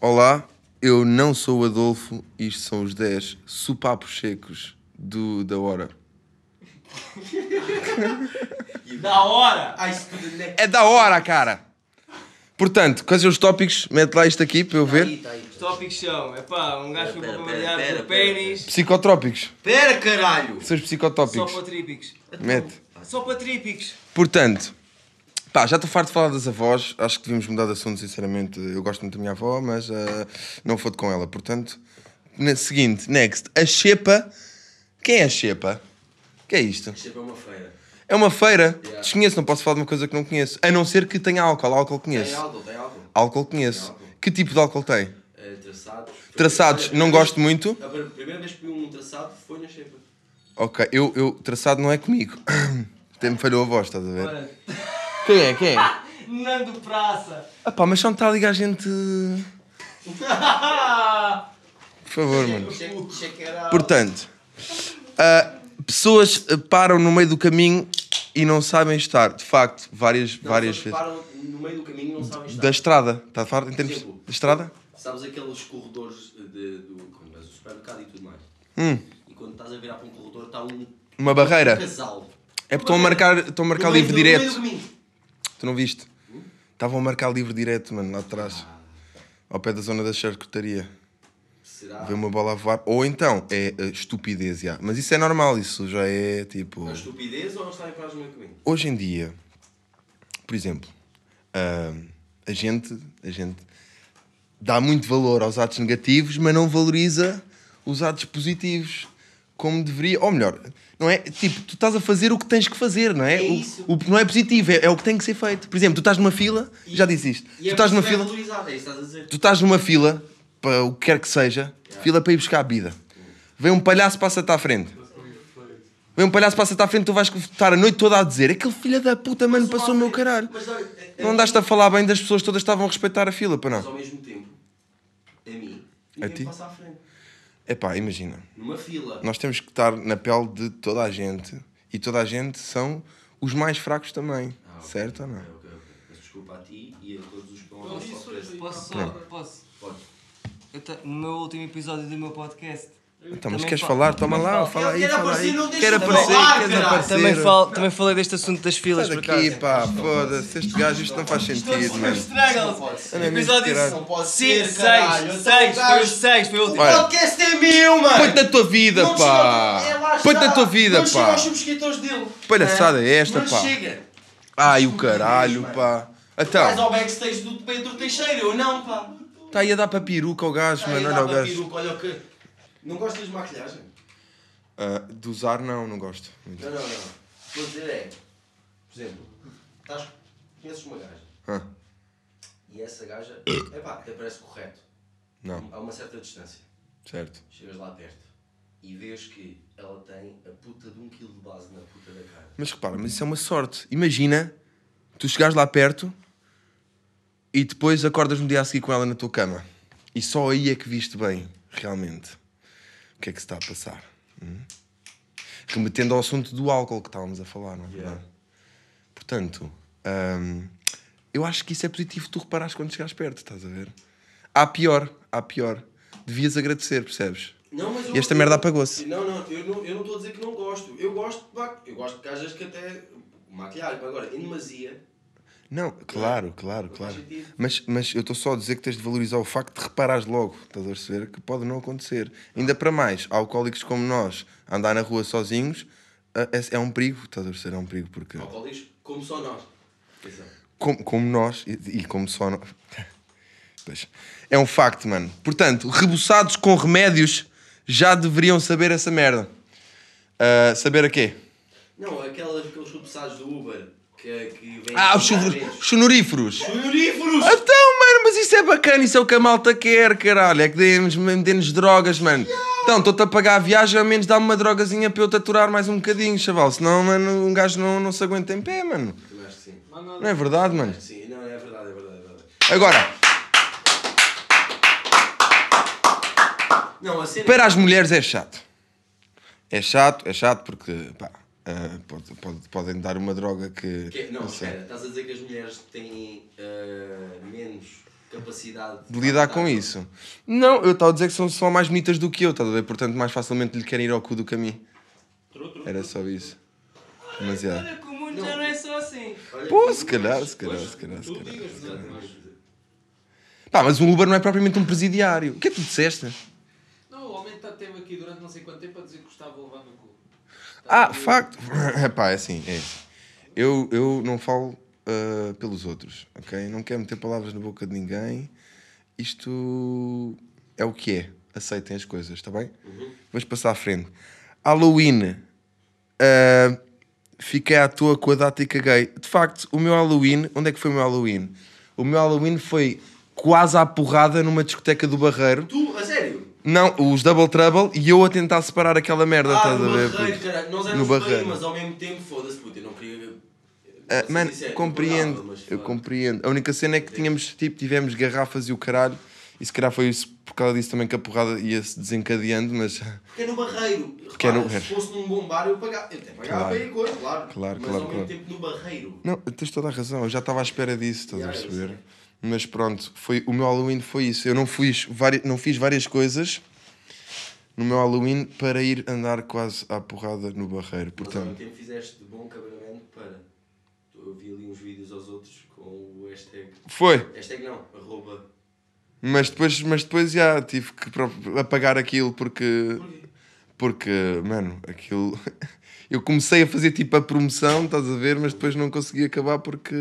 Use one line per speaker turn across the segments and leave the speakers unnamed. Olá, eu não sou o Adolfo e isto são os 10 supapos secos do, da hora.
E da hora!
Ice to the neck.
É da hora, cara! Portanto, quais são os tópicos? Mete lá isto aqui para eu ver.
Aí, tá aí.
Os tópicos são, é pá, um gajo foi
Pera,
para
pera,
malhar
pera,
por
pera,
pênis,
Psicotrópicos.
Pera, caralho!
São os
só
psicotópicos.
para trípicos.
Mete.
Só para trípicos.
Portanto, pá, já estou farto de falar das avós. Acho que devíamos mudar de assunto, sinceramente. Eu gosto muito da minha avó, mas ah, não fodo com ela. Portanto, na- seguinte, next. A Xepa. Quem é a Xepa? O que é isto?
Isto é para uma feira.
É uma feira.
Yeah.
Desconheço, não posso falar de uma coisa que não conheço. A não ser que tenha álcool. Álcool
Tem
conheço.
álcool, tem álcool.
Álcool conheço.
Tem álcool.
Que tipo de álcool tem?
É, traçados.
Traçados, não gosto muito.
A pr- primeira vez que comi um traçado foi na xepa.
Ok, eu, eu traçado não é comigo. Até me falhou a voz, estás a ver?
Ora,
Quem é? Quem é?
Nando Praça.
Ah pá, mas só me está a ligar gente.
Ah,
Por favor, mano.
Cheque- chequeira.
Portanto, ah, pessoas ah, param no meio do caminho e não sabem estar. De facto, várias,
Não,
várias
só
vezes.
param no meio do caminho e não sabem estar.
Da estrada, está a falar em termos
Exemplo.
de estrada?
Sabes aqueles corredores de, do, como vais, do supermercado e tudo mais?
Hum,
E quando estás a virar para um corredor está um
uma barreira.
casal.
É porque estão a marcar, estão a marcar livre direto.
No meio do caminho.
Tu não viste? Estavam a marcar livre direto, mano, lá atrás. Ao pé da zona da charcutaria.
Será?
Vê uma bola a voar. Ou então, é eh, estupidez, já. Mas isso é normal, isso já é tipo.
É estupidez ou estarem parados no meio do caminho?
Hoje em dia, por exemplo, ah, a gente. A gente dá muito valor aos atos negativos, mas não valoriza os atos positivos como deveria. Ou melhor, não é? Tipo, tu estás a fazer o que tens que fazer, não é?
É
o,
isso.
o que não é positivo, é, é o que tem que ser feito. Por exemplo, tu estás numa fila,
E-
já disse isto.
E
tu
é
estás numa
porque
fila,
É valorizado, é isso que estás a dizer.
tu estás numa fila, para o que quer que seja, fila para ir buscar a bebida. Vem um palhaço, passa-te à frente. Vem um palhaço, passa-te à frente, tu vais estar a noite toda a dizer aquele filho da puta, mano, passou o meu caralho.
Mas olha, é- é-
Não andaste a falar bem das pessoas todas que estavam a respeitar a fila, para
Mas
não.
ao mesmo tempo, a mim,
A
ninguém
ti?
me passa à frente.
Epá, imagina.
Numa fila.
Nós temos que estar na pele de toda a gente. E toda a gente são os mais fracos também.
Ah, ok,
Certo ou não?
ok, ok, ok. Mas desculpa a ti e a todos os que estão ao
Não,
nosso
isso é-
podcast.
Posso só,
Não.
posso.
Pode.
Eu ta- no meu último episódio do meu podcast.
Então, mas
Também
queres
fa-
falar? Toma lá, fala
Ele
aí,
quer
fala
aparecer,
aí.
não deixa
Quer
de
aparecer,
falar,
queres
caralho.
aparecer.
Também, fal- também falei deste assunto das filas,
Sai
por
daqui,
acaso.
pá, foda-se, este gajo, isto não faz
é
sentido, mano.
Não pode
Estragam-se.
ser.
Não é mesmo
Episódio
tirado.
Não pode
5,
ser, caralho.
6, 6, foi o
Então,
6, foi o
O
último.
Olha.
podcast é meu, mano!
Põe-te na tua vida,
Não
pá!
chega- é lá
Põe-te na
está.
tua vida,
não chega
pá!
aos subscritores dele!
Palhaçada é esta,
não
pá!
chega!
Ai, o caralho, pá!
Vais
Então,
ao backstage do Pedro Teixeira, eu não, pá!
está aí a dar para peruca o gajo,
tá Aí
mano,
dá
olha o
para
gajo.
peruca, olha o que... Não gostas de maquilhagem?
Ah, de usar, não, não gosto. muito.
Não, não, não. O que eu dizer é, por exemplo, estás, conheces uma gaja
Ah,
e essa gaja, epá, até parece correto.
não,
A uma certa distância.
certo.
Chegas lá perto e vês que ela tem a puta de um quilo de base na puta da cara.
Mas repara, mas isso é uma sorte. Imagina, tu chegares lá perto e depois acordas no dia a seguir com ela na tua cama. E só aí é que viste bem, realmente. O que é que se está a passar? Hum? Remetendo ao assunto do álcool que estávamos a falar, não é verdade? Portanto, hum, eu acho que isso é positivo tu reparares quando chegares perto, estás a ver? Há pior, há pior. Devias agradecer, percebes?
Não, mas eu-
E esta
eu-
merda apagou-se.
Não, não, eu não eu não estou a dizer que não gosto. Eu gosto de ma- eu gosto de gajas que até maquilhar. Agora, em demasia,
Não, claro, claro,
é? Não
claro.
faz sentido.
Mas, mas eu estou só a dizer que tens de valorizar o facto de reparares logo, estás a perceber, que pode não acontecer. Ainda
Ah.
para mais, alcoólicos como nós, a andar na rua sozinhos, a- é, é um perigo, estás a perceber, é um perigo, porque
alcoólicos, como só nós. Atenção.
como, como nós, e, e como só nós... Pois. É um facto, mano. Portanto, reboçados com remédios, já deveriam saber essa merda. Ah, saber a quê?
Não, aquelas, aqueles repassados do Uber que, que vêm.
Ah, os sonor-
comprar vezes.
sonoríferos!
Sonoríferos!
Então, mano, mas isso é bacana, isso é o que a malta quer, caralho. É que dê-nos dê-nos drogas, mano. Então, estou-te a pagar a viagem, ao menos dá-me uma drogazinha para eu te aturar mais um bocadinho, chaval. Senão, mano, um gajo não, não se aguenta em pé, mano.
Eu acho que sim.
Não é verdade, mano?
Sim, não, é verdade, é verdade, é verdade.
Agora,
Não, a cena.
para as mulheres é chato. É chato, é chato porque, pá, ah, pode- pode- podem dar uma droga que...
Que- é, não,
sei.
espera, estás a dizer que as mulheres têm ah, menos capacidade
de lidar com isso. Não, eu estava a dizer que são só mais bonitas do que eu, estás a ver? Portanto, mais facilmente lhe querem ir ao cu do caminho.
Tru, tru,
Era
tru.
só isso. Mas é.
Olha que o mundo já não é só assim.
Olha,
Pô,
tu
se calhar,
digas,
se calhar,
pois,
se calhar,
tu é?
se calhar,
digas,
se
exato,
calhar.
mas-
Pá, mas um Uber não é propriamente um presidiário. O que é que tu disseste?
Não, o homem está teve aqui durante não sei quanto tempo a dizer que gostava de levar no cu.
Ah, facto. Pá, é assim, é. Eu, eu não falo ah, pelos outros, ok? Não quero meter palavras na boca de ninguém. Isto é o que é. Aceitem as coisas, está bem?
Uhum.
Vamos passar à frente. Halloween. Ah, fiquei à toa com a data e caguei. De facto, o meu Halloween... Onde é que foi o meu Halloween? O meu Halloween foi quase à porrada numa discoteca do Barreiro.
Tu, a sério?
Não, os Double Trouble e eu a tentar separar aquela merda,
Ah,
estás
no
a ver?
barreiro,
puto?
caralho. Nós
No
éramos
Barreiro.
bem, mas ao mesmo tempo, foda-se, puto, eu não queria...
Ah,
Vou ser
mano,
sincero,
compreendo,
não pagava, mas,
eu
pá,
compreendo. A única cena é que tínhamos, tipo, tivemos garrafas e o caralho, e se calhar foi isso, por causa disso também que a porrada ia-se desencadeando, mas
Porque é no barreiro.
Porque é no
Repara,
Barreiro.
Se fosse num bom bar, eu pagava. Eu até pagava
Claro.
bem a coisa, claro.
Claro,
mas
claro,
ao
claro.
mesmo tempo no barreiro.
Não, tens toda a razão, eu já estava à espera disso, estás a
Yeah, eu
perceber?
sei.
Mas pronto, foi, o meu Halloween foi isso. Eu não, fiz vari- não fiz várias coisas no meu Halloween para ir andar quase à porrada no barreiro.
Mas ao
Portanto,
mesmo tempo fizeste de bom cabramento para. Eu vi ali uns vídeos aos outros com o hashtag.
foi.
Hashtag não, arroba.
Mas depois, mas depois já tive que pro- apagar aquilo porque. Porque, mano, aquilo. Eu comecei a fazer tipo a promoção, estás a ver, mas depois não consegui acabar porque.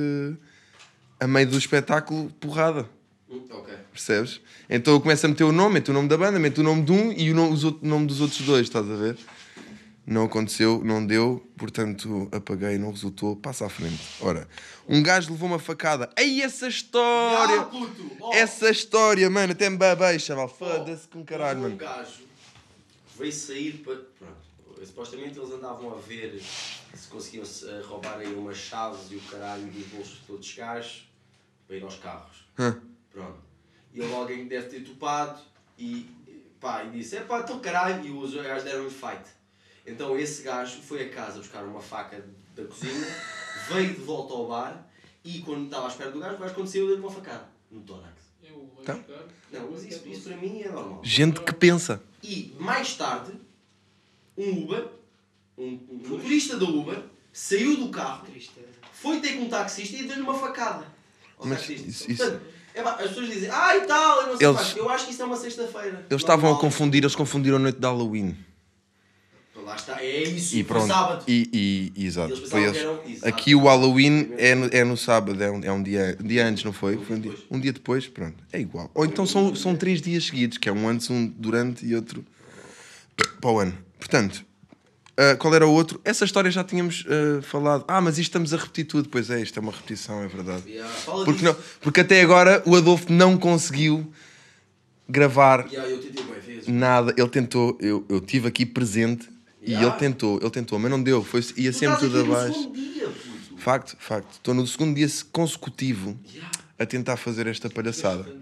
A meio do espetáculo, porrada.
Hum, Ok.
Percebes? Então eu começo a meter o nome, meto o nome da banda, meto o nome de um e o nome, os outro- nome dos outros dois, estás a ver? Não aconteceu, não deu, portanto apaguei, não resultou, passa à frente. Ora, um gajo levou uma facada. Ei, essa
Ah,
história!
puto! Oh,
Essa história, mano, até me babei, chaval.
oh,
Foda-se com caralho,
houve Um
mano.
gajo veio sair para. Pronto. Supostamente eles andavam a ver se conseguiam eh, roubar aí umas chaves e o caralho dos bolsos de todos os gajos para ir aos carros.
Hã?
Pronto. E ele alguém deve ter topado e, pá, e disse: é pá, tu caralho. E os gajos deram-lhe fight. Então esse gajo foi a casa buscar uma faca da cozinha, veio de volta ao bar e quando estava à espera do gajo, o gajo aconteceu deu-lhe uma facada no tórax.
Eu é. vou
Tá.
buscar.
Não, mas isso, isso para mim é normal.
Gente que pensa.
E mais tarde, um Uber, um, um motorista do Uber, saiu do carro,
Tristeza.
foi ter com um taxista e deu-lhe uma facada. Ao
Mas
taxista.
isso- isso-
Portanto, é pá, as pessoas dizem, ah e tal, eu não sei
Eles-
mais. Eu acho que isso é uma sexta-feira.
Eles estavam a
Normal.
confundir, eles confundiram a noite de Halloween.
Lá está, é isso,
E
foi
pronto.
sábado.
E, e- e exato.
Eles
Foi
pensavam que
eles.
eram- exato.
Aqui o Halloween é no, é no sábado, é um, é um dia, um dia antes, não foi? Foi um dia, um dia depois, pronto. É igual. Ou então são, são três dias seguidos, que é um antes, um durante e outro para o ano. Portanto, ah, qual era o outro? Essa história já tínhamos ah, falado. Ah, mas isto estamos a repetir tudo. Pois é, isto é uma repetição, é verdade.
Yeah, fala
Porque, não,
disso.
porque até agora o Adolfo não conseguiu gravar
Yeah, eu tentei bem vezes.
nada. Ele tentou, eu eu estive aqui presente e
Yeah.
ele tentou, ele tentou, mas não deu. Foi, ia sempre
tu
tudo
estás aqui no
abaixo.
segundo dia, puto.
Facto, facto. Estou no segundo dia consecutivo
Yeah,
a tentar fazer esta palhaçada.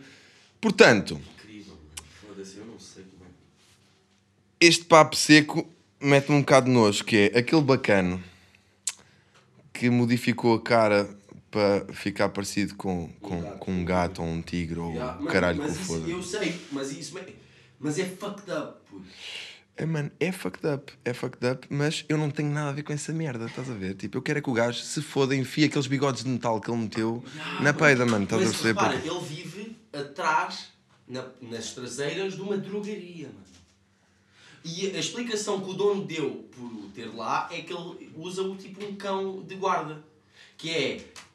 Portanto,
incrível, mano. Foda-se, eu não sei como é.
este papo seco mete-me um bocado de nojo, que é aquele bacano que modificou a cara para ficar parecido com, com, com um gato ou um tigre ou
Yeah,
o
mano,
caralho que o
mas isso,
foda.
Eu sei, mas isso é. Mas é fucked up, puto.
É, mano, é fucked up, é fucked up, mas eu não tenho nada a ver com essa merda, estás a ver? Tipo, eu quero é que o gajo se foda, enfia aqueles bigodes de metal que ele meteu na peida, mano, estás a
Ah, Mas
perceber?
repara,
Porque-
ele vive atrás, na- nas traseiras de uma drogaria, mano. E a explicação que o dono deu por o ter lá é que ele usa o tipo um cão de guarda. Que é,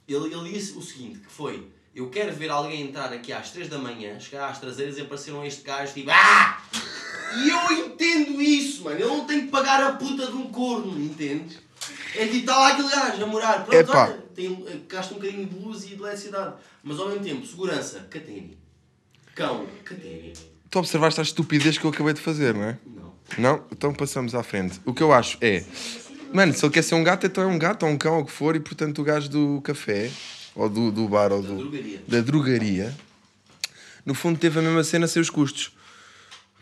ele, ele disse o seguinte, que foi, eu quero ver alguém entrar aqui às 3 da manhã, chegar às traseiras e apareceram este gajo tipo, ah! E eu entendo isso, mano, eu não tenho que pagar a puta de um corno, entendes? É tipo, está lá aquele gajo a morar, pronto,
Epá.
olha, tem, gasta um bocadinho de luz e de eletricidade. Mas ao mesmo tempo, segurança, Catini. Cão, Catini.
Tu observaste a estupidez que eu acabei de fazer, não é?
Não.
Não? Então passamos à frente. O que eu acho é. Mano, se ele quer ser um gato, então é um gato ou um cão ou o que for, e portanto o gajo do café, ou do, do bar, ou do,
drogaria.
da drogaria, no fundo teve a mesma cena sem os custos.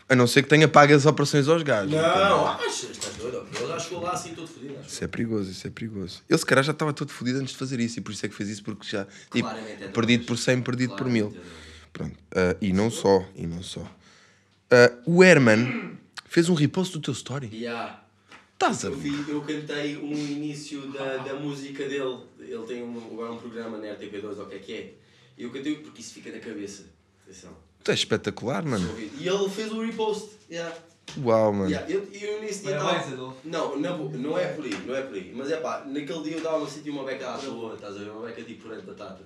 A não ser que tenha pago as operações aos gajos. entendeu?
Não, achas? Estás doido? Ele já chegou lá assim todo fodido, acho.
Isso é perigoso, isso é perigoso. Ele se calhar já estava todo fodido antes de fazer isso, e por isso é que fez isso, porque já. Tipo,
Claramente é drogas.
perdido por 100, perdido por
Claramente
mil.
é drogas.
Pronto. Ah, e não só, e não só. Ah, o Herman fez um repost do teu story.
Yeah.
Estás a
Eu,
ver?
vi- eu cantei um início da, da música dele. Ele tem um, agora um programa na RTP2, ou o que é que é. E eu cantei porque isso fica na cabeça. Atenção.
Tu és espetacular,
Estou a
mano.
ouvir. E ele fez o repost. Yeah.
Uau, mano.
Yeah, Eu, eu nesse dia
Parabéns,
tava-
Adolfo.
Não, na boa, não é por aí, não é por aí. Mas é pá, naquele dia eu dava a sentir uma beca à toa, estás a ver? Uma beca tipo purê de batata.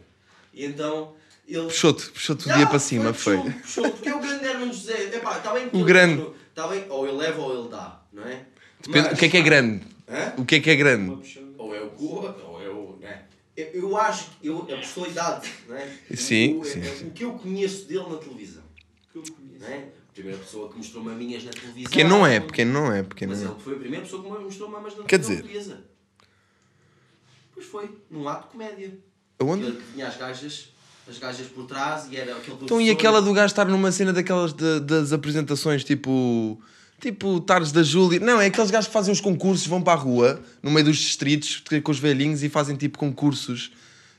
E então ele.
Puxou-te, puxou-te o
Ah,
dia para cima, foi.
Puxou, puxou, porque é o grande Herman José. É pá, está bem que
O
ele-
grande.
Está bem, ou ele leva ou ele dá, não é?
Depende-
Mas-
o que é que é grande?
Hã?
O que é que é grande?
Ou é o cu, ou é o. Né? Eu, eu acho que eu, a personalidade, não é?
Sim,
o,
sim,
é-
sim.
o que eu conheço dele na televisão,
Que eu conheço.
não é? A primeira pessoa que mostrou maminhas na televisão.
Pequeno não é, pequeno não é, pequeno
Mas
não é.
ele foi a primeira pessoa que mostrou mamas na
Quer
televisão
dizer-
portuguesa. Pois foi, num ato de comédia.
Aonde?
Ele que tinha as gajas, as gajas por trás e era aquele
Então, e
professor-
aquela do gajo estar numa cena daquelas de- das apresentações tipo. Tipo, Tares da Júlia. Não, é aqueles gajos que fazem os concursos, vão para a rua, no meio dos distritos, com os velhinhos e fazem tipo concursos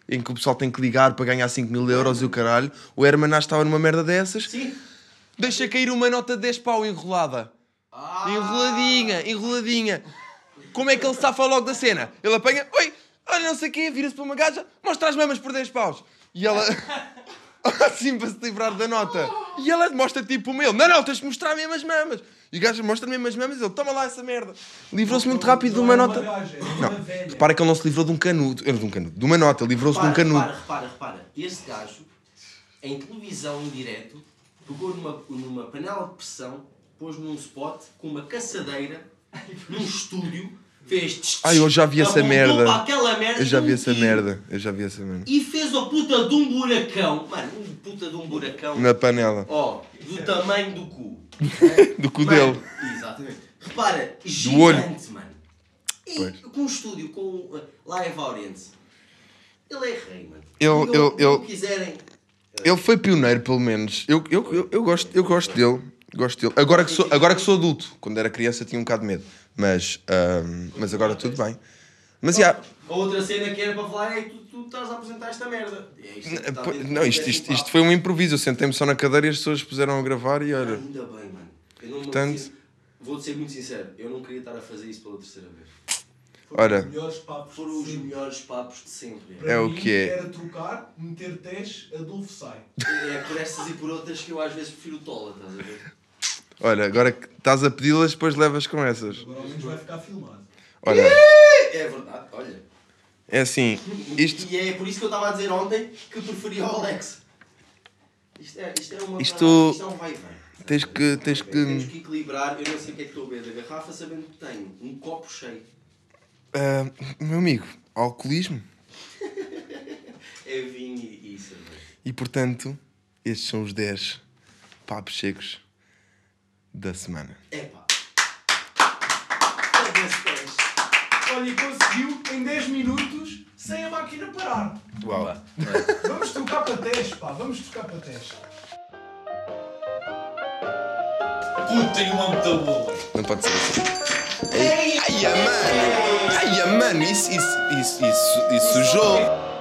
em que o pessoal tem que ligar para ganhar 5 mil euros e o caralho. O Herman Ash estava numa merda dessas.
Sim.
Deixa cair uma nota de 10 pau enrolada.
Ah,
Enroladinha, enroladinha. Como é que ele safa logo da cena? Ele apanha, oi, olha não sei o quê, vira-se para uma gaja, mostra as mamas por 10 paus. E ela, assim para se livrar da nota. E ela mostra tipo o meu, não, não, tens de mostrar mesmo as mamas. E o gajo mostra mesmo as mamas e ele, toma lá essa merda. Livrou-se muito rápido de uma nota. Não, repara que ele não se livrou de um canudo, eh, de um canudo, de uma nota, livrou-se de um
repara, repara,
canudo.
repara, repara. Este gajo, em televisão em direto, pegou numa, numa panela de pressão, pôs num spot com uma caçadeira, num estúdio, fez. tch, tch,
Ai, eu já vi essa
apontou
merda.
para Aquela merda
Eu já
e
vi
um
essa
tiro.
merda, eu já vi essa merda.
e fez a puta de um buracão, mano, um puta de um buracão,
Na panela,
ó, do tamanho do cu.
do cu
Mano,
dele.
Exatamente. Repara,
olho.
gigante, mano. E
Pois.
com um estúdio, com uh, live audience. Ele é rei, mano.
Eu-
E
eu-
o-
eu-
o que quiserem.
Ele foi pioneiro, pelo menos. Eu, eu, eu, eu gosto, eu gosto dele. Gosto dele. Agora, que sou, agora que sou adulto, quando era criança tinha um bocado de medo. Mas, ahm, mas agora tudo bem. Mas já.
A outra cena que era para falar é que tu, tu estás a apresentar esta merda. É isto que está
pô,
dentro do
não, isto, isto,
décimo
isto
papo.
foi um improviso. Eu sentei-me só na cadeira e as pessoas puseram a gravar e olha.
Ainda bem, mano. Eu não me
Portanto-
apetecia- Vou-te ser muito sincero, eu não queria estar a fazer isso pela terceira vez.
Ora.
melhores papos
Foram os
de sempre.
melhores papos de sempre.
Para
É o
mim,
que é.
Era trocar, meter 10, Adolfo sai.
É por estas e por outras que eu às vezes prefiro o Tola, estás a ver?
Olha, agora que estás a pedi-las, depois levas com essas.
Agora ao menos vai ficar filmado.
Olha,
É verdade, olha.
é assim. Isto,
E é por isso que eu estava a dizer ontem que preferia o Alex. Isto é, isto é uma.
Isto-
parada, isto é um vai e vem.
tens que. Tens
Temos
que
que equilibrar, eu não sei o que é que estou a beber da garrafa, sabendo que tenho um copo cheio.
ah, meu amigo, alcoolismo.
É vinho e, e cerveja.
E portanto, estes são os 10 papos secos da semana.
Epá.
Olha, e conseguiu em 10 minutos sem a máquina parar.
Uau.
Vamos trocar para 10, pá, vamos trocar para 10.
Puta e uma muita bola.
Não pode ser assim. Ai, ai, mano! Ai, mano, isso, isso, isso, isso, isso sujou!